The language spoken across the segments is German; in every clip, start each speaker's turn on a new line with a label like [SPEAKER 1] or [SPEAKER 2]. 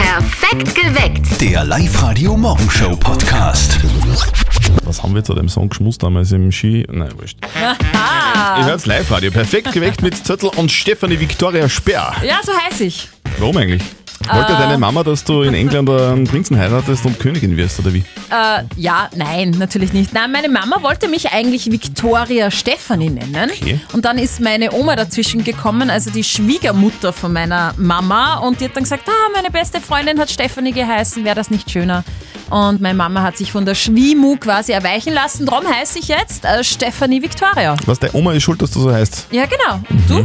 [SPEAKER 1] Perfekt geweckt.
[SPEAKER 2] Der Live-Radio Morgenshow Podcast.
[SPEAKER 3] Was haben wir zu dem Song geschmust damals im Ski? Nein, wurscht. Ihr hört's Live-Radio. Perfekt geweckt mit Zettel und Stefanie Victoria Speer.
[SPEAKER 4] Ja, so heiß ich.
[SPEAKER 3] Warum eigentlich? Wollte
[SPEAKER 4] Ah.
[SPEAKER 3] deine Mama, dass du in England einen Prinzen heiratest und Königin wirst, oder wie?
[SPEAKER 4] Äh, ja, nein, natürlich nicht. Nein, meine Mama wollte mich eigentlich Victoria Stephanie nennen.
[SPEAKER 3] Okay.
[SPEAKER 4] Und dann ist meine Oma dazwischen gekommen, also die Schwiegermutter von meiner Mama. Und die hat dann gesagt, ah, meine beste Freundin hat Stephanie geheißen, wäre das nicht schöner? Und meine Mama hat sich von der Schwimu quasi erweichen lassen. Drum heiße ich jetzt äh, Stephanie Victoria.
[SPEAKER 3] Was, deine Oma ist schuld, dass du so heißt?
[SPEAKER 4] Ja, genau. Und
[SPEAKER 3] Mhm.
[SPEAKER 4] du?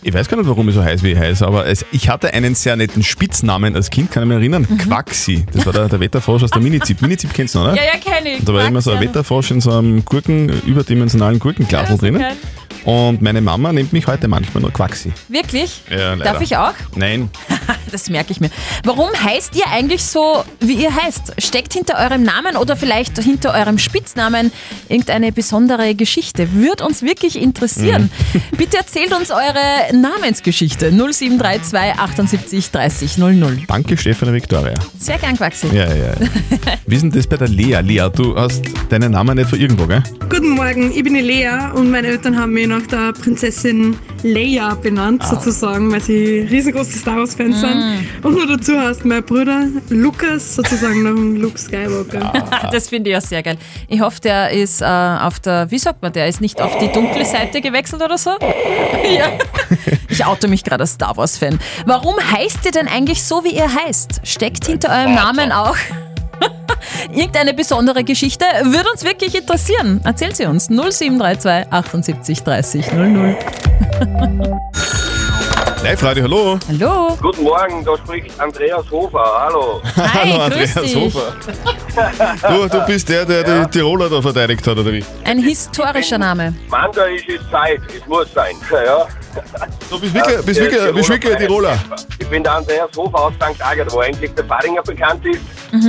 [SPEAKER 3] Ich weiß gar nicht, warum ich so heiß wie ich heiße, aber es, ich hatte einen sehr netten Spitznamen als Kind, kann ich mich erinnern.
[SPEAKER 4] Mhm.
[SPEAKER 3] Quaxi. Das war der, der Wetterfrosch aus der Minizip. Minizip kennst du, noch, oder?
[SPEAKER 4] Ja, ja, kenne ich.
[SPEAKER 3] Da war
[SPEAKER 4] Mag
[SPEAKER 3] immer so ein
[SPEAKER 4] gerne.
[SPEAKER 3] Wetterfrosch in so einem Gurken, überdimensionalen Gurkenglasel
[SPEAKER 4] Ja, so
[SPEAKER 3] drinnen.
[SPEAKER 4] geil.
[SPEAKER 3] Und meine Mama nennt mich heute manchmal nur Quaxi.
[SPEAKER 4] Wirklich?
[SPEAKER 3] Ja, leider.
[SPEAKER 4] Darf ich auch?
[SPEAKER 3] Nein,
[SPEAKER 4] Das merke ich mir. Warum heißt ihr eigentlich so, wie ihr heißt? Steckt hinter eurem Namen oder vielleicht hinter eurem Spitznamen irgendeine besondere Geschichte? Würde uns wirklich interessieren. Bitte erzählt uns eure Namensgeschichte. 0732 78 30 00.
[SPEAKER 3] danke Stefanie Victoria.
[SPEAKER 4] Sehr gern, Quaxi.
[SPEAKER 3] Ja, ja, ja. Wie ist denn das bei der Lea? Lea, du hast deinen Namen nicht von irgendwo, gell?
[SPEAKER 5] Guten Morgen, ich bin die Lea und meine Eltern haben mich nach der Prinzessin Leia benannt, sozusagen, weil sie riesengroße Star Wars-Fans
[SPEAKER 6] Mm.
[SPEAKER 5] sind. Und nur dazu heißt mein Bruder Lukas, sozusagen nach dem Luke Skywalker.
[SPEAKER 4] Ah, Das finde ich ja sehr geil. Ich hoffe, der ist äh, auf der, wie sagt man, der ist nicht auf die dunkle Seite gewechselt oder so? ja. Ich oute mich gerade als Star Wars-Fan. Warum heißt ihr denn eigentlich so, wie ihr heißt? Steckt hinter eurem Namen auch irgendeine besondere Geschichte? Würde uns wirklich interessieren. Erzählt sie uns. 0732 78 30 00.
[SPEAKER 3] Live-Radio, hallo.
[SPEAKER 4] Hallo.
[SPEAKER 7] Guten Morgen, da spricht Andreas Hofer. Hallo.
[SPEAKER 4] Hi,
[SPEAKER 3] hallo,
[SPEAKER 4] grüß dich.
[SPEAKER 3] Hofer. Du, du bist der, der die Tiroler da verteidigt hat, oder wie?
[SPEAKER 4] Ein historischer Name.
[SPEAKER 7] Mann, da ist es Zeit. Es muss sein. Ja.
[SPEAKER 3] Du bist wirklich, bist wirklich, bist wirklich ein Tiroler.
[SPEAKER 7] Ich bin der Andreas Hofer aus St. Agatha, wo eigentlich der Faringer bekannt ist.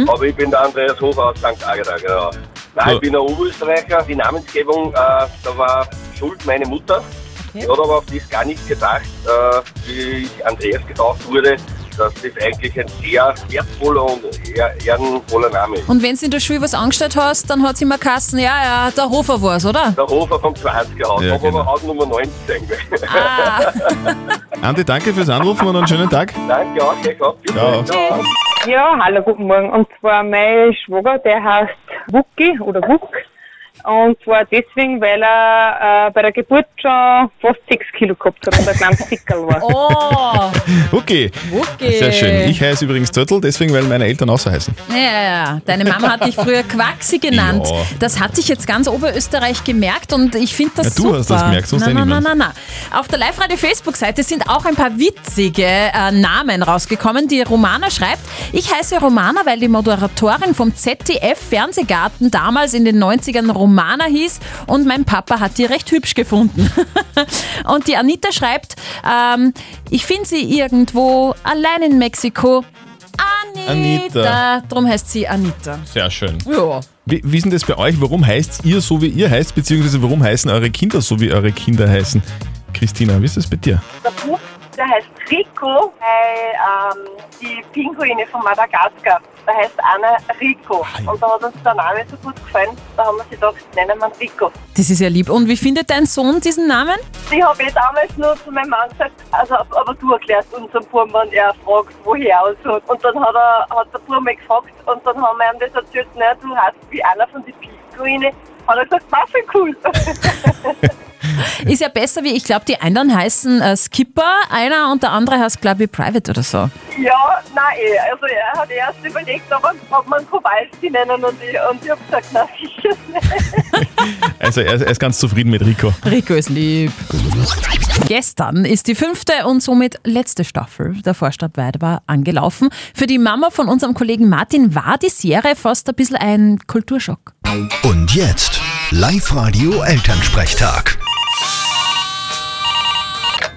[SPEAKER 7] Aber ich bin der Andreas Hofer aus St. Agatha, genau. Nein,
[SPEAKER 3] Ja.
[SPEAKER 7] ich bin ein Oberösterreicher. Die Namensgebung, äh, da war schuld meine Mutter. Die hat aber auf das gar nicht gedacht, äh, wie ich Andreas getauft wurde, dass das eigentlich ein sehr wertvoller und ehr- ehrenvoller Name ist.
[SPEAKER 4] Und wenn du in der Schule was angestellt hast, dann hat sie immer Kassen. Ja, ja, der Hofer war's, oder?
[SPEAKER 7] Der Hofer vom 20er Haus,
[SPEAKER 3] Ja,
[SPEAKER 7] aber
[SPEAKER 3] genau.
[SPEAKER 7] Hausnummer 19.
[SPEAKER 4] Ah.
[SPEAKER 3] Andi, danke fürs Anrufen und einen schönen Tag.
[SPEAKER 7] Danke, auch, ihr gehabt.
[SPEAKER 3] Ciao.
[SPEAKER 8] Ja, hallo, guten Morgen. Und zwar mein Schwager, der heißt Wucki oder Wuck. Und zwar deswegen, weil er äh, bei der Geburt schon fast 6 Kilo gehabt hat und ein kleines Pickerl war.
[SPEAKER 4] Oh,
[SPEAKER 3] Okay.
[SPEAKER 4] okay.
[SPEAKER 3] Sehr schön. Ich heiße übrigens Zöttl, deswegen, weil meine Eltern auch so heißen.
[SPEAKER 4] Ja, ja, ja. Deine Mama hat dich früher Quaxi genannt.
[SPEAKER 3] Ja.
[SPEAKER 4] Das hat sich jetzt ganz Oberösterreich gemerkt und ich finde das
[SPEAKER 3] Ja, du
[SPEAKER 4] super.
[SPEAKER 3] hast das gemerkt, sonst
[SPEAKER 4] na,
[SPEAKER 3] eh
[SPEAKER 4] na, na,
[SPEAKER 3] niemand.
[SPEAKER 4] na, na. Auf der Live-Radio-Facebook-Seite sind auch ein paar witzige äh, Namen rausgekommen. Die Romana schreibt, ich heiße Romana, weil die Moderatorin vom ZDF-Fernsehgarten damals in den 90ern Romana hieß und mein Papa hat die recht hübsch gefunden. und die Anita schreibt, ähm, ich finde sie irgendwo allein in Mexiko. Anita.
[SPEAKER 3] Anita.
[SPEAKER 4] Drum heißt sie Anita.
[SPEAKER 3] Sehr schön.
[SPEAKER 4] Ja.
[SPEAKER 3] Wie, wie ist denn das bei euch? Warum heißt ihr so, wie ihr heißt? Beziehungsweise warum heißen eure Kinder so, wie eure Kinder heißen? Christina, wie ist das bei dir?
[SPEAKER 9] Der Bub, der heißt Rico, weil ähm, die Pinguine von Madagaskar, da heißt einer Rico. Und da hat uns der Name so gut gefallen, da haben wir sich gedacht, nennen wir ihn Rico.
[SPEAKER 4] Das ist ja lieb. Und wie findet dein Sohn diesen Namen?
[SPEAKER 9] Ich habe eh damals nur zu meinem Mann gesagt, also aber du erklärst unserem Buben, wenn er fragt, woher und so. Und dann hat, er, hat der Bub mich gefragt und dann haben wir ihm das erzählt, naja, du hast wie einer von den Pinguine. Hat also er gesagt, war schon cool.
[SPEAKER 4] Ist ja besser wie, ich glaube, die anderen heißen äh, Skipper, einer und der andere heißt, glaube ich, Private oder so.
[SPEAKER 9] Ja, nein, eh. also er hat erst überlegt, ob, er- ob man Kowalski nennen und ich, und ich habe gesagt, na sicher nicht.
[SPEAKER 3] Also, er, ist- er ist ganz zufrieden mit Rico.
[SPEAKER 4] Rico ist lieb. Gestern ist die fünfte und somit letzte Staffel der Vorstadt Weidbar angelaufen. Für die Mama von unserem Kollegen Martin war die Serie fast ein bisschen ein Kulturschock.
[SPEAKER 2] Und jetzt Live-Radio Elternsprechtag.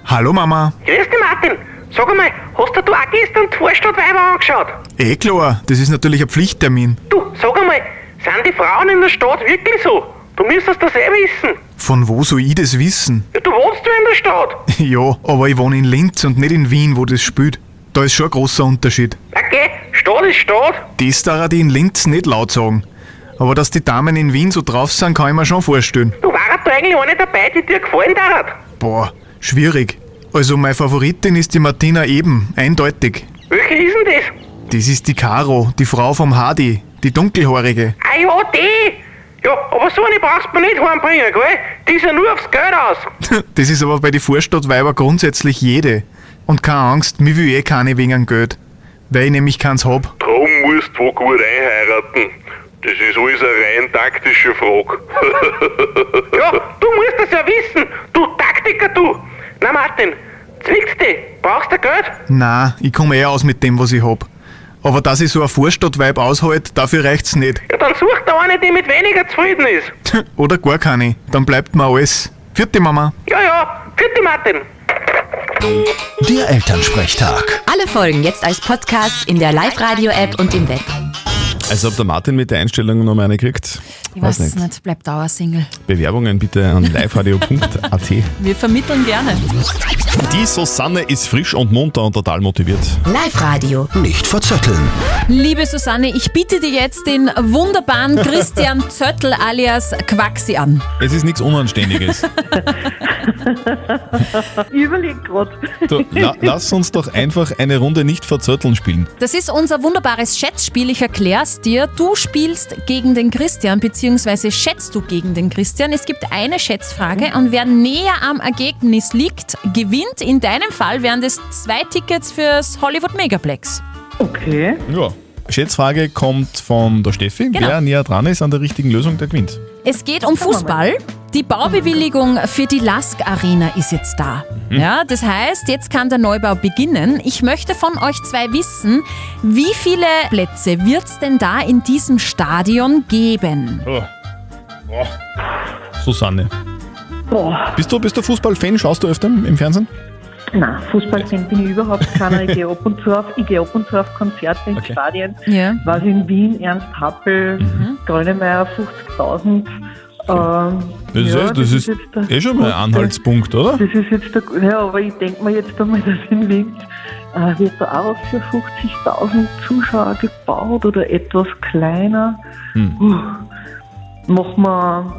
[SPEAKER 10] Hallo Mama.
[SPEAKER 11] Grüß dich, Martin. Sag einmal, hast du dir auch gestern die Vorstadt Weiber angeschaut?
[SPEAKER 10] Eh klar, das ist natürlich ein Pflichttermin.
[SPEAKER 11] Du, sag einmal, sind die Frauen in der Stadt wirklich so? Du müsstest das eh wissen.
[SPEAKER 10] Von wo soll ich das wissen?
[SPEAKER 11] Ja, du wohnst ja in der Stadt.
[SPEAKER 10] ja, aber ich wohne in Linz und nicht in Wien, wo das spielt. Da ist schon ein großer Unterschied.
[SPEAKER 11] Okay, Staat ist Staat.
[SPEAKER 10] Das darf die in Linz nicht laut sagen. Aber dass die Damen in Wien so drauf sind, kann ich mir schon vorstellen.
[SPEAKER 11] Du warst da eigentlich auch nicht dabei, die dir gefallen hat.
[SPEAKER 10] Boah, schwierig. Also meine Favoritin ist die Martina Eben, eindeutig.
[SPEAKER 11] Welche ist denn das?
[SPEAKER 10] Das ist die Caro, die Frau vom Hardy, die dunkelhaarige.
[SPEAKER 11] Ah ja, die! Ja, aber so eine brauchst du mir nicht heimbringen, gell? Die ist ja nur aufs Geld aus.
[SPEAKER 10] Das ist aber bei den Vorstadtweiber grundsätzlich jede. Und keine Angst, mir will eh keine wegen einem Geld. Weil ich nämlich keins hab.
[SPEAKER 1] Drum musst du gut einheiraten. Das ist alles eine rein taktische Frage.
[SPEAKER 11] Ja, du musst das ja wissen. Du Taktiker, du. Na Martin, zwickst dich. Brauchst du Geld?
[SPEAKER 10] Na, ich komme eher aus mit dem, was ich hab. Aber dass ich so ein Vorstadtweib aushalt, dafür reicht's nicht.
[SPEAKER 11] Ja, dann such da eine, die mit weniger zufrieden ist.
[SPEAKER 10] Oder gar keine. Dann bleibt mir alles. Vierte Mama.
[SPEAKER 11] Ja, ja. Vierte Martin.
[SPEAKER 2] Der Elternsprechtag.
[SPEAKER 12] Alle Folgen jetzt als Podcast in der Live-Radio-App und im Web.
[SPEAKER 3] Also ob der Martin mit der Einstellung noch mal eine kriegt,
[SPEAKER 4] Ich weiß es nicht, bleib Dauersingle.
[SPEAKER 3] Bewerbungen bitte an liveradio.at.
[SPEAKER 4] Wir vermitteln gerne.
[SPEAKER 3] Die Susanne ist frisch und munter und total motiviert.
[SPEAKER 12] Live-Radio.
[SPEAKER 2] Nicht verzetteln.
[SPEAKER 4] Liebe Susanne, ich biete dir jetzt den wunderbaren Christian Zöttl alias Quaxi an.
[SPEAKER 3] Es ist nichts Unanständiges.
[SPEAKER 9] Ich überlege gerade.
[SPEAKER 3] Du, la, lass uns doch einfach eine Runde nicht verzötteln spielen.
[SPEAKER 4] Das ist unser wunderbares Schätzspiel. Ich erklär's dir. Du spielst gegen den Christian, beziehungsweise schätzt du gegen den Christian. Es gibt eine Schätzfrage und wer näher am Ergebnis liegt, gewinnt. In deinem Fall wären das zwei Tickets fürs Hollywood Megaplex.
[SPEAKER 9] Okay.
[SPEAKER 3] Ja. Schätzfrage kommt von der Steffi.
[SPEAKER 4] Genau.
[SPEAKER 3] Wer näher dran ist an der richtigen Lösung, der gewinnt.
[SPEAKER 4] Es geht um Fußball. Die Baubewilligung für die Lask Arena ist jetzt da.
[SPEAKER 3] Mhm.
[SPEAKER 4] Ja, das heißt, jetzt kann der Neubau beginnen. Ich möchte von euch zwei wissen, wie viele Plätze wird es denn da in diesem Stadion geben?
[SPEAKER 3] Oh. Oh. Susanne.
[SPEAKER 9] Boah,
[SPEAKER 3] Bist du, bist du Fußballfan? Schaust du öfter im Fernsehen?
[SPEAKER 9] nein, Fußballfan bin ich überhaupt keiner. Ich gehe ab und zu auf, ich gehe ab und zu auf Konzerte in
[SPEAKER 3] Okay.
[SPEAKER 9] Stadien.
[SPEAKER 4] Ja.
[SPEAKER 9] Was in Wien, Ernst Happel, Grönemeyer, 50.000. Ähm,
[SPEAKER 3] Mhm. Das,
[SPEAKER 9] ja,
[SPEAKER 3] ist, das ist
[SPEAKER 9] jetzt der-
[SPEAKER 3] eh schon mal ein Anhaltspunkt, oder?
[SPEAKER 9] Das ist jetzt der, ja, aber ich denke mir jetzt einmal, dass in Wien äh, wird da auch was für 50.000 Zuschauer gebaut oder etwas kleiner.
[SPEAKER 3] Hm.
[SPEAKER 9] Puh, machen wir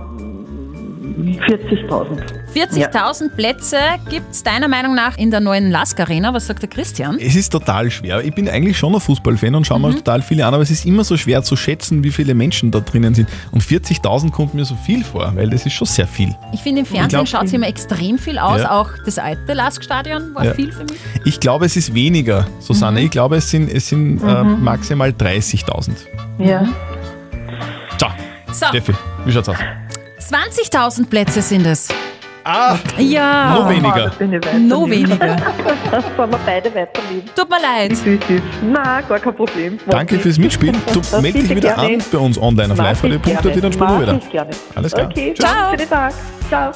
[SPEAKER 9] 40.000.
[SPEAKER 4] 40.000 Plätze gibt es deiner Meinung nach in der neuen Lask Arena. Was sagt der Christian?
[SPEAKER 3] Es ist total schwer. Ich bin eigentlich schon ein Fußballfan und schaue
[SPEAKER 9] Mhm.
[SPEAKER 3] mir total viele an, aber es ist immer so schwer zu schätzen, wie viele Menschen da drinnen sind. Und 40.000 kommt mir so viel vor, weil das ist schon sehr viel.
[SPEAKER 4] Ich finde, im
[SPEAKER 3] glaub-
[SPEAKER 4] Fernsehen schaut es immer extrem viel aus.
[SPEAKER 3] Ja.
[SPEAKER 4] Auch das alte Lask-Stadion war
[SPEAKER 3] Ja.
[SPEAKER 4] viel für mich.
[SPEAKER 3] Ich glaube, es ist weniger, Susanne.
[SPEAKER 9] Mhm.
[SPEAKER 3] Ich glaube, es sind, es sind äh, maximal 30.000.
[SPEAKER 9] Ja.
[SPEAKER 3] So,
[SPEAKER 4] So,
[SPEAKER 3] Steffi, wie schaut's aus?
[SPEAKER 4] 20.000 Plätze sind es.
[SPEAKER 3] Ah,
[SPEAKER 4] Ja.
[SPEAKER 3] noch
[SPEAKER 9] Ah, da
[SPEAKER 3] weniger.
[SPEAKER 9] bin ich weiter.
[SPEAKER 4] No weniger.
[SPEAKER 9] Sollen wir beide weiterleben?
[SPEAKER 4] Tut mir leid.
[SPEAKER 9] Süßes. Na, gar kein Problem. Mach
[SPEAKER 3] Danke
[SPEAKER 9] ich.
[SPEAKER 3] fürs Mitspielen. Du
[SPEAKER 9] Das
[SPEAKER 3] meld dich
[SPEAKER 9] bitte
[SPEAKER 3] wieder
[SPEAKER 9] gerne.
[SPEAKER 3] an bei uns online auf
[SPEAKER 9] Mach ich
[SPEAKER 3] live.de,
[SPEAKER 9] gerne.
[SPEAKER 3] dann spielen wir
[SPEAKER 9] Mach
[SPEAKER 3] wieder.
[SPEAKER 9] ich gerne.
[SPEAKER 3] Alles klar.
[SPEAKER 9] Okay,
[SPEAKER 3] Tschüss.
[SPEAKER 9] Ciao. schönen Tag. Ciao.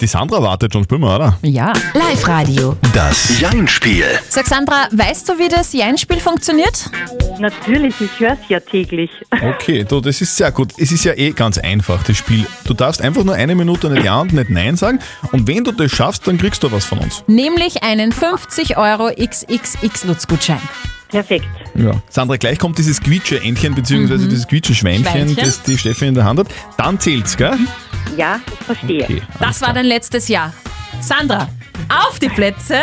[SPEAKER 3] Die Sandra wartet schon, spielen wir, oder?
[SPEAKER 4] Ja.
[SPEAKER 12] Live-Radio.
[SPEAKER 2] Das Jein-Spiel.
[SPEAKER 4] Sag Sandra, weißt du, wie das Jein-Spiel funktioniert?
[SPEAKER 9] Natürlich, ich höre es ja täglich.
[SPEAKER 3] Okay, du, das ist sehr gut. Es ist ja eh ganz einfach, das Spiel. Du darfst einfach nur eine Minute nicht Ja und nicht Nein sagen. Und wenn du das schaffst, dann kriegst du was von uns.
[SPEAKER 4] Nämlich einen 50 Euro XXX-Lutz-Gutschein.
[SPEAKER 9] Perfekt.
[SPEAKER 3] Ja. Sandra, gleich kommt dieses Quietsche-Entchen, beziehungsweise dieses Quietsche-Schweinchen,
[SPEAKER 4] Schweinchen.
[SPEAKER 3] das die Steffi in der Hand hat. Dann zählt's, gell?
[SPEAKER 9] Ja, ich verstehe.
[SPEAKER 3] Okay.
[SPEAKER 4] Das war dein letztes Jahr. Sandra, auf die Plätze,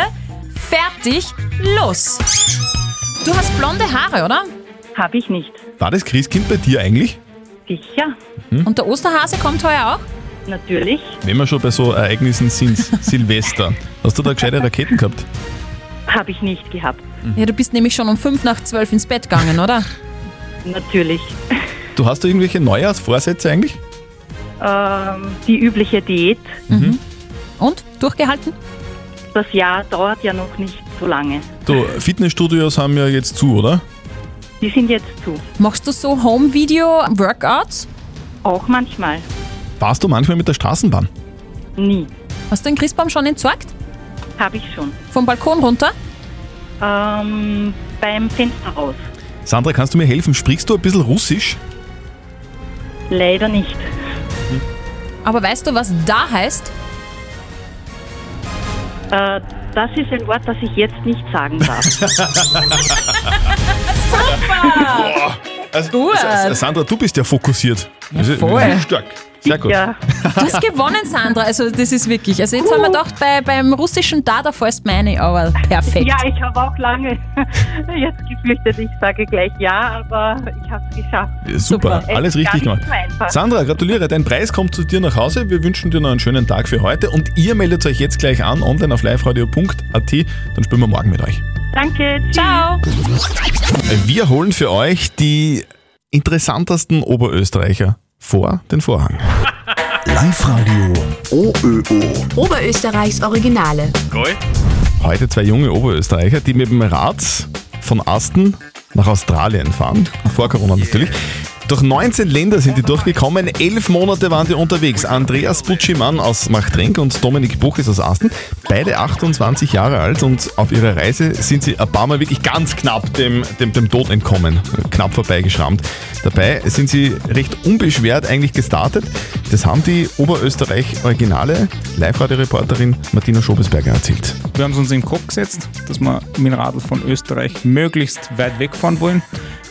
[SPEAKER 4] fertig, los. Du hast blonde Haare, oder?
[SPEAKER 9] Habe ich nicht.
[SPEAKER 3] War das Christkind bei dir eigentlich?
[SPEAKER 9] Sicher.
[SPEAKER 4] Und der Osterhase kommt heuer auch?
[SPEAKER 9] Natürlich.
[SPEAKER 3] Wenn wir schon bei so Ereignissen sind, Silvester. Hast du da gescheite Raketen gehabt?
[SPEAKER 9] Habe ich nicht gehabt.
[SPEAKER 4] Ja, du bist nämlich schon um fünf nach zwölf ins Bett gegangen, oder?
[SPEAKER 9] Natürlich.
[SPEAKER 3] Du hast da irgendwelche Neujahrsvorsätze eigentlich?
[SPEAKER 9] Ähm, die übliche Diät.
[SPEAKER 4] Und? Durchgehalten?
[SPEAKER 9] Das Jahr dauert ja noch nicht so lange.
[SPEAKER 3] Du, Fitnessstudios haben ja jetzt zu, oder?
[SPEAKER 9] Die sind jetzt zu.
[SPEAKER 4] Machst du so Home-Video-Workouts?
[SPEAKER 9] Auch manchmal.
[SPEAKER 3] Warst du manchmal mit der Straßenbahn?
[SPEAKER 9] Nie.
[SPEAKER 4] Hast du den Christbaum schon entsorgt?
[SPEAKER 9] Habe ich schon.
[SPEAKER 4] Vom Balkon runter?
[SPEAKER 9] Ähm, beim Fenster raus.
[SPEAKER 3] Sandra, kannst du mir helfen? Sprichst du ein bisschen Russisch?
[SPEAKER 9] Leider nicht.
[SPEAKER 4] Aber weißt du, was da heißt?
[SPEAKER 9] Äh,
[SPEAKER 13] das ist ein Wort, das ich jetzt nicht sagen darf.
[SPEAKER 4] Super!
[SPEAKER 3] Also,
[SPEAKER 4] Gut.
[SPEAKER 3] also, Sandra, du bist ja fokussiert. Also,
[SPEAKER 4] voll.
[SPEAKER 3] Stark. Sehr gut.
[SPEAKER 4] Du hast gewonnen, Sandra. Also das ist wirklich. Also jetzt haben wir gedacht, bei, beim russischen Dada fällst meine, aber perfekt.
[SPEAKER 13] Ja, ich habe auch lange jetzt gefürchtet, ich sage gleich ja, aber ich habe es geschafft.
[SPEAKER 3] Super,
[SPEAKER 13] Es
[SPEAKER 3] alles
[SPEAKER 13] ist
[SPEAKER 3] richtig
[SPEAKER 13] gar
[SPEAKER 3] gemacht.
[SPEAKER 13] nicht so einfach.
[SPEAKER 3] Sandra, gratuliere, dein Preis kommt zu dir nach Hause. Wir wünschen dir noch einen schönen Tag für heute und ihr meldet euch jetzt gleich an, online auf liveradio.at, dann spielen wir morgen mit euch.
[SPEAKER 13] Danke, ciao.
[SPEAKER 3] Wir holen für euch die interessantesten Oberösterreicher vor den Vorhang.
[SPEAKER 2] Live-Radio OÖO.
[SPEAKER 12] Oberösterreichs Originale.
[SPEAKER 3] Heute zwei junge Oberösterreicher, die mit dem Rad von Asten nach Australien fahren. Vor Corona natürlich. Durch 19 Länder sind die durchgekommen. Elf Monate waren die unterwegs. Andreas Butschmann aus Machtrenk und Dominik Buches aus Asten. Beide 28 Jahre alt und auf ihrer Reise sind sie ein paar Mal wirklich ganz knapp dem, dem, dem Tod entkommen. Knapp vorbeigeschrammt. Dabei sind sie recht unbeschwert eigentlich gestartet. Das haben die Oberösterreich-Originale Live-Radio-Reporterin Martina Schobesberger erzählt.
[SPEAKER 14] Wir haben es uns in den Kopf gesetzt, dass wir mit dem Radl von Österreich möglichst weit wegfahren wollen.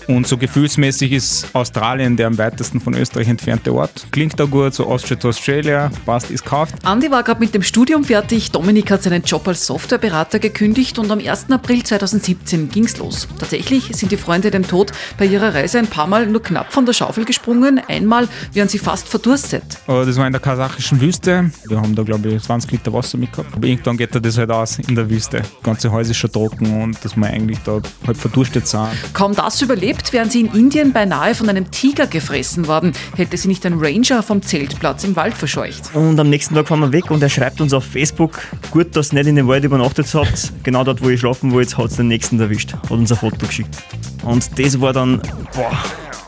[SPEAKER 14] Und so gefühlsmäßig ist Australien der am weitesten von Österreich entfernte Ort. Klingt da gut, so Austria to Australia, passt, ist kauft.
[SPEAKER 6] Andi war gerade mit dem Studium fertig, Dominik hat seinen Job als Softwareberater gekündigt und am 1. April 2017 ging's los. Tatsächlich sind die Freunde dem Tod bei ihrer Reise ein paar Mal nur knapp von der Schaufel gesprungen, einmal wären sie fast verdurstet.
[SPEAKER 14] Aber Äh, Das war in der kasachischen Wüste. Wir haben da, glaube ich, 20 Liter Wasser mitgehabt. Aber irgendwann geht da das halt aus in der Wüste. Das ganze Haus ist schon trocken und dass wir eigentlich da halt verdurstet sind.
[SPEAKER 6] Kaum das überlebt, wären sie in Indien beinahe von einem Tiger gefressen worden, hätte sie nicht ein Ranger vom Zeltplatz im Wald verscheucht.
[SPEAKER 15] Und am nächsten Tag fahren wir weg und er schreibt uns auf Facebook, gut, dass ihr nicht in den Wald übernachtet habt, genau dort, wo ihr schlafen wollt, hat es den nächsten erwischt, hat uns ein Foto geschickt. Und das war dann, boah,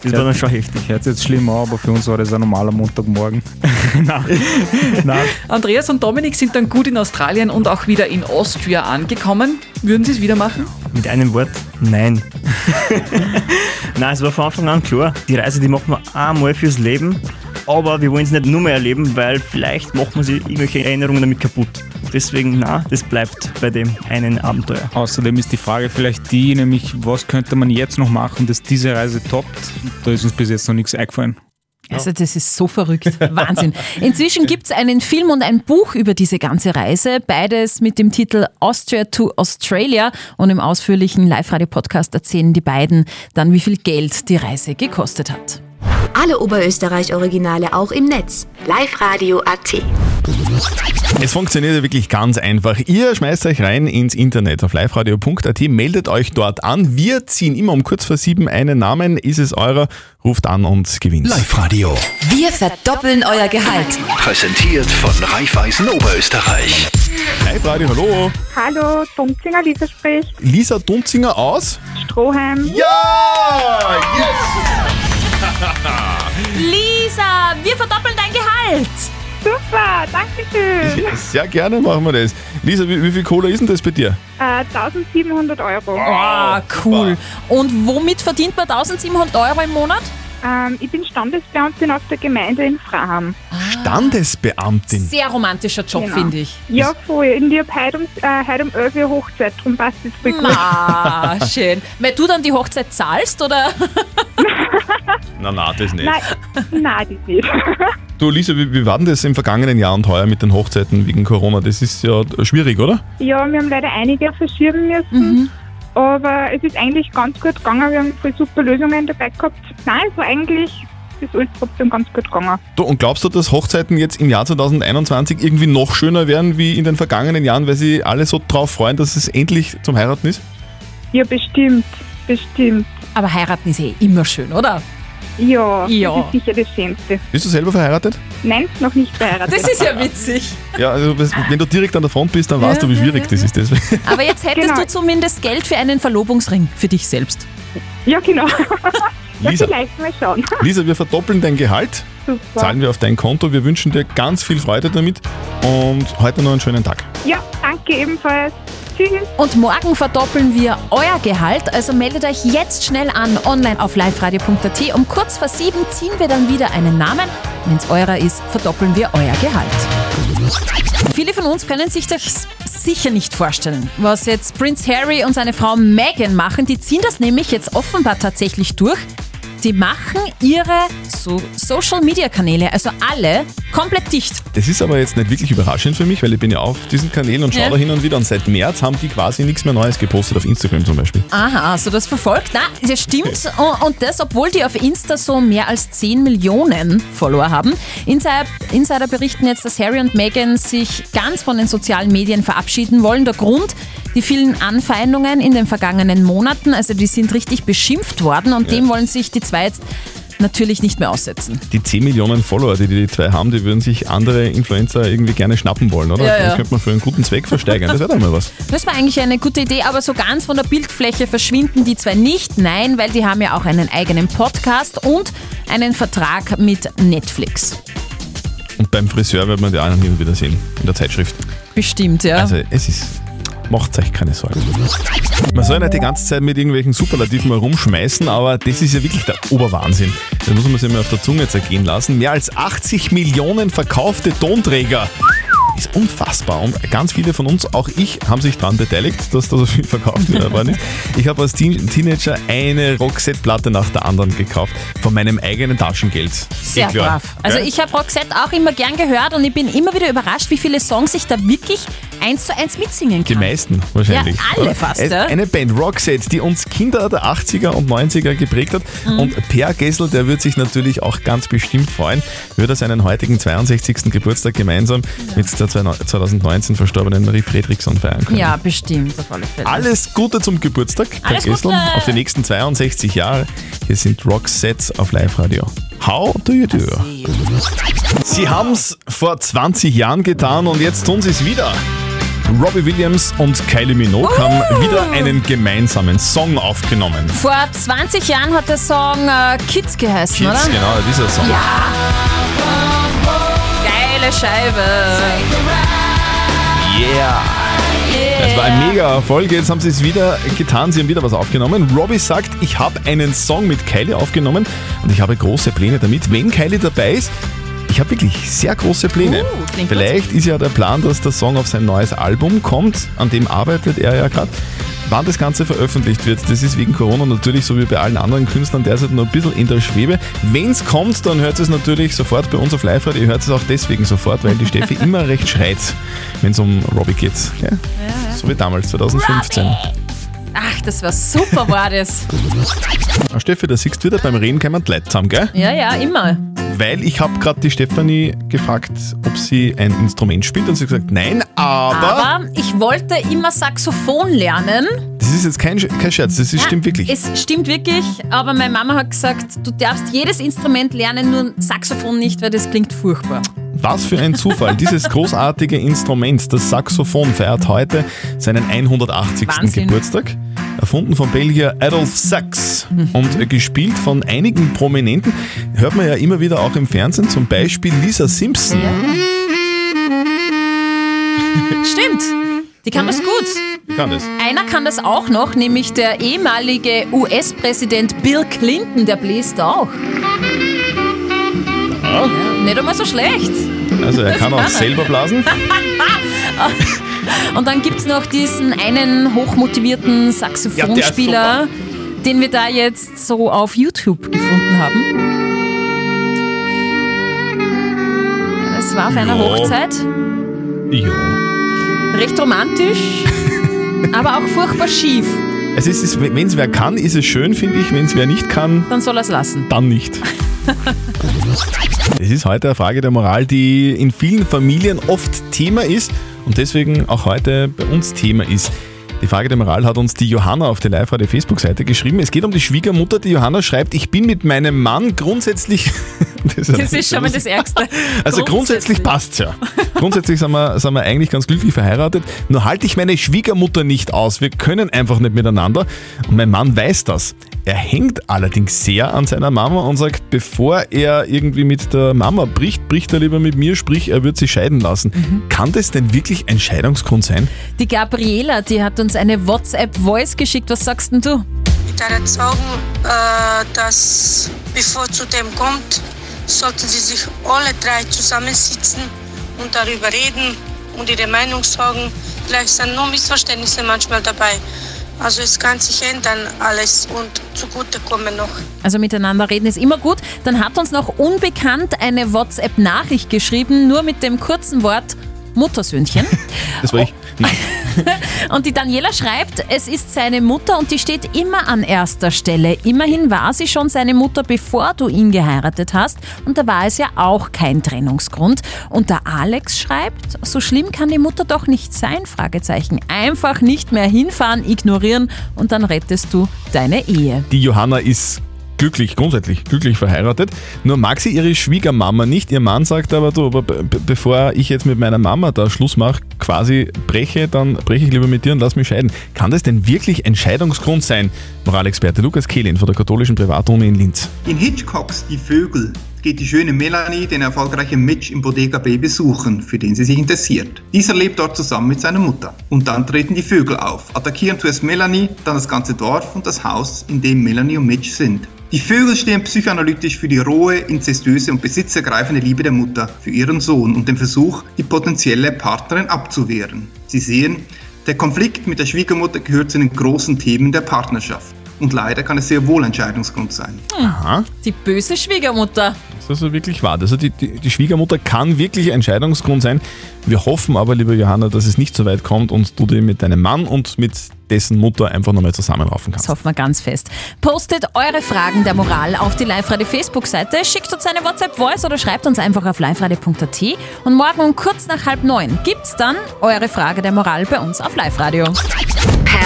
[SPEAKER 15] das war dann schon heftig.
[SPEAKER 14] Hört sich jetzt schlimm an, aber für uns war das ein normaler Montagmorgen. Nein. Nein.
[SPEAKER 6] Andreas und Dominik sind dann gut in Australien und auch wieder in Austria angekommen. Würden sie es wieder machen?
[SPEAKER 15] Mit einem Wort, nein. nein, es war von Anfang an klar, die Reise, die machen wir einmal fürs Leben, aber wir wollen es nicht nur mehr erleben, weil vielleicht machen wir sich irgendwelche Erinnerungen damit kaputt. Deswegen, nein, das bleibt bei dem einen Abenteuer.
[SPEAKER 14] Außerdem ist die Frage vielleicht die, nämlich was könnte man jetzt noch machen, dass diese Reise toppt? Da ist uns bis jetzt noch nichts eingefallen.
[SPEAKER 4] Also das ist so verrückt. Wahnsinn. Inzwischen gibt es einen Film und ein Buch über diese ganze Reise, beides mit dem Titel Austria to Australia und im ausführlichen Live-Radio-Podcast erzählen die beiden dann, wie viel Geld die Reise gekostet hat.
[SPEAKER 12] Alle Oberösterreich-Originale auch im Netz. Liveradio.at.
[SPEAKER 3] Es funktioniert ja wirklich ganz einfach. Ihr schmeißt euch rein ins Internet auf liveradio.at, meldet euch dort an. Wir ziehen immer um kurz vor sieben einen Namen. Ist es eurer? Ruft an und gewinnt. Live Radio.
[SPEAKER 12] Wir verdoppeln euer Gehalt.
[SPEAKER 2] Präsentiert von Raiffeisen Oberösterreich.
[SPEAKER 3] Live Radio, hallo.
[SPEAKER 16] Hallo, Dumpzinger Lisa spricht.
[SPEAKER 3] Lisa Dunzinger aus.
[SPEAKER 16] Stroheim.
[SPEAKER 3] Ja!
[SPEAKER 4] Lisa, wir verdoppeln dein Gehalt.
[SPEAKER 16] Super, danke schön.
[SPEAKER 3] Ja, Sehr gerne machen wir das. Lisa, wie, wie viel Cola ist denn das bei dir?
[SPEAKER 16] Äh, 1700 Euro.
[SPEAKER 4] Ah, cool. Und womit verdient man 1700 Euro im Monat?
[SPEAKER 16] Ähm, ich bin Standesbeamtin auf der Gemeinde in Fraham.
[SPEAKER 3] Standesbeamtin.
[SPEAKER 4] Sehr romantischer Job,
[SPEAKER 16] Genau.
[SPEAKER 4] finde ich.
[SPEAKER 16] Ja, voll. Und ich habe heute um, äh, heute um 11 Uhr Hochzeit, darum passt es voll gut.
[SPEAKER 4] Ah, schön. Weil du dann die Hochzeit zahlst, oder?
[SPEAKER 3] Na, na, das nicht.
[SPEAKER 16] Nein, nein, das nicht.
[SPEAKER 3] Du, Lisa, wie, wie war denn das im vergangenen Jahr und heuer mit den Hochzeiten wegen Corona? Das ist ja schwierig, oder?
[SPEAKER 16] Ja, wir haben leider einige verschieben müssen. Aber es ist eigentlich ganz gut gegangen. Wir haben voll super Lösungen dabei gehabt. Nein, also eigentlich ist alles trotzdem ganz gut gegangen.
[SPEAKER 3] Du, und glaubst du, dass Hochzeiten jetzt im Jahr 2021 irgendwie noch schöner werden wie in den vergangenen Jahren, weil sie alle so drauf freuen, dass es endlich zum Heiraten ist?
[SPEAKER 16] Ja, bestimmt, bestimmt.
[SPEAKER 4] Aber heiraten ist eh immer schön, oder?
[SPEAKER 16] Ja,
[SPEAKER 4] Ja.
[SPEAKER 16] das ist sicher das Schönste.
[SPEAKER 3] Bist du selber verheiratet?
[SPEAKER 16] Nein, noch nicht verheiratet.
[SPEAKER 4] Das ist ja witzig.
[SPEAKER 3] Ja, also was- wenn du direkt an der Front bist, dann weißt
[SPEAKER 4] Ja,
[SPEAKER 3] du, wie
[SPEAKER 4] ja,
[SPEAKER 3] schwierig das ist. Das.
[SPEAKER 4] Aber jetzt hättest du zumindest Geld für einen Verlobungsring für dich selbst.
[SPEAKER 16] Ja, genau.
[SPEAKER 3] Lisa.
[SPEAKER 16] Vielleicht mal schauen.
[SPEAKER 3] Lisa, wir verdoppeln dein Gehalt,
[SPEAKER 16] Super.
[SPEAKER 3] zahlen wir auf dein Konto, wir wünschen dir ganz viel Freude damit und heute noch einen schönen Tag.
[SPEAKER 16] Ja, danke ebenfalls. Tschüss.
[SPEAKER 4] Und morgen verdoppeln wir euer Gehalt. Also meldet euch jetzt schnell an, online auf liveradio.at. Um kurz vor sieben ziehen wir dann wieder einen Namen. Wenn es eurer ist, verdoppeln wir euer Gehalt. Viele von uns können sich das sicher nicht vorstellen, was jetzt Prinz Harry und seine Frau Meghan machen. Die ziehen das nämlich jetzt offenbar tatsächlich durch. Die machen ihre so Social-Media-Kanäle, also alle, komplett dicht.
[SPEAKER 3] Das ist aber jetzt nicht wirklich überraschend für mich, weil ich bin ja auf diesen Kanälen und schaue
[SPEAKER 4] Ja.
[SPEAKER 3] da hin und wieder. Und seit März haben die quasi nichts mehr Neues gepostet auf Instagram zum Beispiel.
[SPEAKER 4] Aha, also das verfolgt. Na, das stimmt. Und- Und das, obwohl die auf Insta so mehr als 10 Millionen Follower haben. Insider, Insider berichten jetzt, dass Harry und Meghan sich ganz von den sozialen Medien verabschieden wollen. Der Grund, die vielen Anfeindungen in den vergangenen Monaten, also die sind richtig beschimpft worden und
[SPEAKER 3] Ja.
[SPEAKER 4] dem wollen sich die zwei jetzt natürlich nicht mehr aussetzen.
[SPEAKER 3] Die 10 Millionen Follower, die die zwei haben, die würden sich andere Influencer irgendwie gerne schnappen wollen, oder?
[SPEAKER 4] Ja, ja.
[SPEAKER 3] Das könnte man für einen guten Zweck versteigern. Das wäre doch mal was.
[SPEAKER 4] Das war eigentlich eine gute Idee, aber so ganz von der Bildfläche verschwinden die zwei nicht. Nein, weil die haben ja auch einen eigenen Podcast und einen Vertrag mit Netflix.
[SPEAKER 3] Und beim Friseur wird man die anderen hin und wieder sehen, in der Zeitschrift.
[SPEAKER 4] Bestimmt, ja.
[SPEAKER 3] Also es ist. Macht euch keine Sorgen. Man soll nicht die ganze Zeit mit irgendwelchen Superlativen herumschmeißen, aber das ist ja wirklich der Oberwahnsinn. Das muss man sich mal auf der Zunge zergehen lassen. Mehr als 80 Millionen verkaufte Tonträger. Ist unfassbar. Und ganz viele von uns, auch ich, haben sich daran beteiligt, dass da so viel verkauft worden ist. Ich habe als Teen Teenager eine Roxette-Platte nach der anderen gekauft. Von meinem eigenen Taschengeld.
[SPEAKER 4] Sehr
[SPEAKER 3] Eh klar.
[SPEAKER 4] brav. Also
[SPEAKER 3] Gell?
[SPEAKER 4] ich habe Roxette auch immer gern gehört und ich bin immer wieder überrascht, wie viele Songs ich da wirklich eins zu eins mitsingen
[SPEAKER 3] Die
[SPEAKER 4] kann.
[SPEAKER 3] meisten wahrscheinlich.
[SPEAKER 4] Ja, alle
[SPEAKER 3] oder?
[SPEAKER 4] fast,
[SPEAKER 3] Es-
[SPEAKER 4] ja.
[SPEAKER 3] Eine Band, Roxette, die uns Kinder der 80er und 90er geprägt hat.
[SPEAKER 4] Mhm.
[SPEAKER 3] Und Per Gessel, der wird sich natürlich auch ganz bestimmt freuen, würde er seinen heutigen 62. Geburtstag gemeinsam mit der 2019 verstorbenen Marie Fredriksson feiern können.
[SPEAKER 4] Ja, bestimmt, auf alle Fälle.
[SPEAKER 3] Alles Gute zum Geburtstag, Per
[SPEAKER 4] Alles
[SPEAKER 3] Gessel,
[SPEAKER 4] Gute.
[SPEAKER 3] auf die nächsten 62 Jahre. Hier sind Roxettes auf Live-Radio. How do you do? Sie haben es vor 20 Jahren getan und jetzt tun sie es wieder. Robbie Williams und Kylie Minogue haben wieder einen gemeinsamen Song aufgenommen.
[SPEAKER 4] Vor 20 Jahren hat der Song äh, Kids geheißen,
[SPEAKER 3] Kids,
[SPEAKER 4] oder?
[SPEAKER 3] genau, dieser Song.
[SPEAKER 4] Ja. Geile Scheibe.
[SPEAKER 3] Yeah. Das war ein mega Erfolg. Jetzt haben sie es wieder getan. Sie haben wieder was aufgenommen. Robbie sagt, ich habe einen Song mit Kylie aufgenommen und ich habe große Pläne damit. Wenn Kylie dabei ist, ich habe wirklich sehr große Pläne.
[SPEAKER 4] klingt
[SPEAKER 3] Vielleicht ist ja der Plan, dass der Song auf sein neues Album kommt. An dem arbeitet er ja gerade. Wann das Ganze veröffentlicht wird, das ist wegen Corona natürlich so wie bei allen anderen Künstlern derzeit noch ein bisschen in der Schwebe. Wenn es kommt, dann hört es natürlich sofort bei uns auf live Radio. Ihr hört es auch deswegen sofort, weil die Steffi immer recht schreit, wenn es um Robbie geht. Ja? So wie damals, 2015.
[SPEAKER 4] Ach, das war super, war das.
[SPEAKER 3] Ah, Steffi, da siehst du wieder beim Reden kann man die Leute zusammen, gell?
[SPEAKER 4] Ja, ja, immer.
[SPEAKER 3] Weil ich habe gerade die Stefanie gefragt, ob sie ein Instrument spielt und sie hat gesagt, nein, aber...
[SPEAKER 4] Aber ich wollte immer Saxophon lernen.
[SPEAKER 3] Das ist jetzt kein, Sch- kein Scherz, das ist, stimmt wirklich.
[SPEAKER 4] Es stimmt wirklich, aber meine Mama hat gesagt, du darfst jedes Instrument lernen, nur Saxophon nicht, weil das klingt furchtbar.
[SPEAKER 3] Was für ein Zufall. Dieses großartige Instrument, das Saxophon, feiert heute seinen 180.
[SPEAKER 4] Wahnsinn.
[SPEAKER 3] Geburtstag. Erfunden vom Belgier Adolf Sachs und äh, gespielt von einigen Prominenten. Hört man ja immer wieder auch im Fernsehen, zum Beispiel Lisa Simpson.
[SPEAKER 4] Stimmt, die kann das gut.
[SPEAKER 3] Die Kann das.
[SPEAKER 4] Einer kann das auch noch, nämlich der ehemalige US-Präsident Bill Clinton, der bläst auch.
[SPEAKER 3] Ja.
[SPEAKER 4] Nicht einmal so schlecht.
[SPEAKER 3] Also er
[SPEAKER 4] Das
[SPEAKER 3] kann auch selber blasen.
[SPEAKER 4] Und dann gibt es noch diesen einen hochmotivierten
[SPEAKER 3] Ja,
[SPEAKER 4] Saxophonspieler, den wir da jetzt so auf YouTube gefunden haben. Ja, Das war auf einer
[SPEAKER 3] Ja.
[SPEAKER 4] Hochzeit.
[SPEAKER 3] Jo.
[SPEAKER 4] Recht romantisch, aber auch furchtbar schief.
[SPEAKER 3] Es ist, ist wenn es wer kann, ist es schön, finde ich. Wenn es wer nicht kann,
[SPEAKER 4] dann soll er es lassen.
[SPEAKER 3] Dann nicht. Es ist heute eine Frage der Moral, die in vielen Familien oft Thema ist und deswegen auch heute bei uns Thema ist. Die Frage der Moral hat uns die Johanna auf der Live-Radio Facebook-Seite geschrieben. Es geht um die Schwiegermutter. Die Johanna schreibt, ich bin mit meinem Mann grundsätzlich... Das
[SPEAKER 4] Das ist schon mal das Ärgste.
[SPEAKER 3] also grundsätzlich passt's ja. Grundsätzlich sind wir, sind wir eigentlich ganz glücklich verheiratet. Nur halte ich meine Schwiegermutter nicht aus. Wir können einfach nicht miteinander. Und mein Mann weiß das. Er hängt allerdings sehr an seiner Mama und sagt, bevor er irgendwie mit der Mama bricht, bricht er lieber mit mir, sprich, er wird sich scheiden lassen. Kann das denn wirklich ein Scheidungsgrund sein?
[SPEAKER 4] Die Gabriela, die hat uns eine WhatsApp-Voice geschickt. Was sagst denn du?
[SPEAKER 17] Ich würde sagen, äh, dass bevor zu dem kommt, sollten sie sich alle drei zusammensitzen
[SPEAKER 16] und darüber reden und ihre Meinung sagen. Vielleicht sind nur Missverständnisse manchmal dabei. Also es kann sich ändern alles und zugutekommen noch.
[SPEAKER 4] Also miteinander reden ist immer gut. Dann hat uns noch unbekannt eine WhatsApp-Nachricht geschrieben, nur mit dem kurzen Wort Muttersöhnchen.
[SPEAKER 3] Das war ich.
[SPEAKER 4] Und die Daniela schreibt, es ist seine Mutter und die steht immer an erster Stelle. Immerhin war sie schon seine Mutter, bevor du ihn geheiratet hast. Und da war es ja auch kein Trennungsgrund. Und der Alex schreibt, so schlimm kann die Mutter doch nicht sein, Fragezeichen. Einfach nicht mehr hinfahren, ignorieren und dann rettest du deine Ehe.
[SPEAKER 3] Die Johanna ist glücklich, grundsätzlich glücklich verheiratet. Nur mag sie ihre Schwiegermama nicht. Ihr Mann sagt aber, du, aber be be- bevor ich jetzt mit meiner Mama da Schluss mache, quasi breche, dann breche ich lieber mit dir und lass mich scheiden. Kann das denn wirklich Entscheidungsgrund sein? Moralexperte Lukas Kehlin von der katholischen Privatuni in Linz.
[SPEAKER 14] In Hitchcocks Die Vögel geht die schöne Melanie den erfolgreichen Mitch im Bodega Bay besuchen, für den sie sich interessiert. Dieser lebt dort zusammen mit seiner Mutter. Und dann treten die Vögel auf, attackieren zuerst Melanie, dann das ganze Dorf und das Haus, in dem Melanie und Mitch sind. Die Vögel stehen psychoanalytisch für die rohe, inzestöse und besitzergreifende Liebe der Mutter für ihren Sohn und den Versuch, die potenzielle Partnerin abzuwehren. Sie sehen, der Konflikt mit der Schwiegermutter gehört zu den großen Themen der Partnerschaft. Und leider kann es sehr wohl Entscheidungsgrund sein.
[SPEAKER 3] Aha.
[SPEAKER 4] Die böse Schwiegermutter.
[SPEAKER 3] Ist das so wirklich wahr? Also die, die, die Schwiegermutter kann wirklich Entscheidungsgrund sein. Wir hoffen aber, liebe Johanna, dass es nicht so weit kommt und du dir mit deinem Mann und mit dessen Mutter einfach nochmal zusammenraufen kannst.
[SPEAKER 4] Das hoffen wir ganz fest. Postet eure Fragen der Moral auf die Live-Radio Facebook-Seite, schickt uns eine WhatsApp-Voice oder schreibt uns einfach auf liveradio.at. Und morgen um kurz nach halb neun gibt's dann eure Frage der Moral bei uns auf Live-Radio.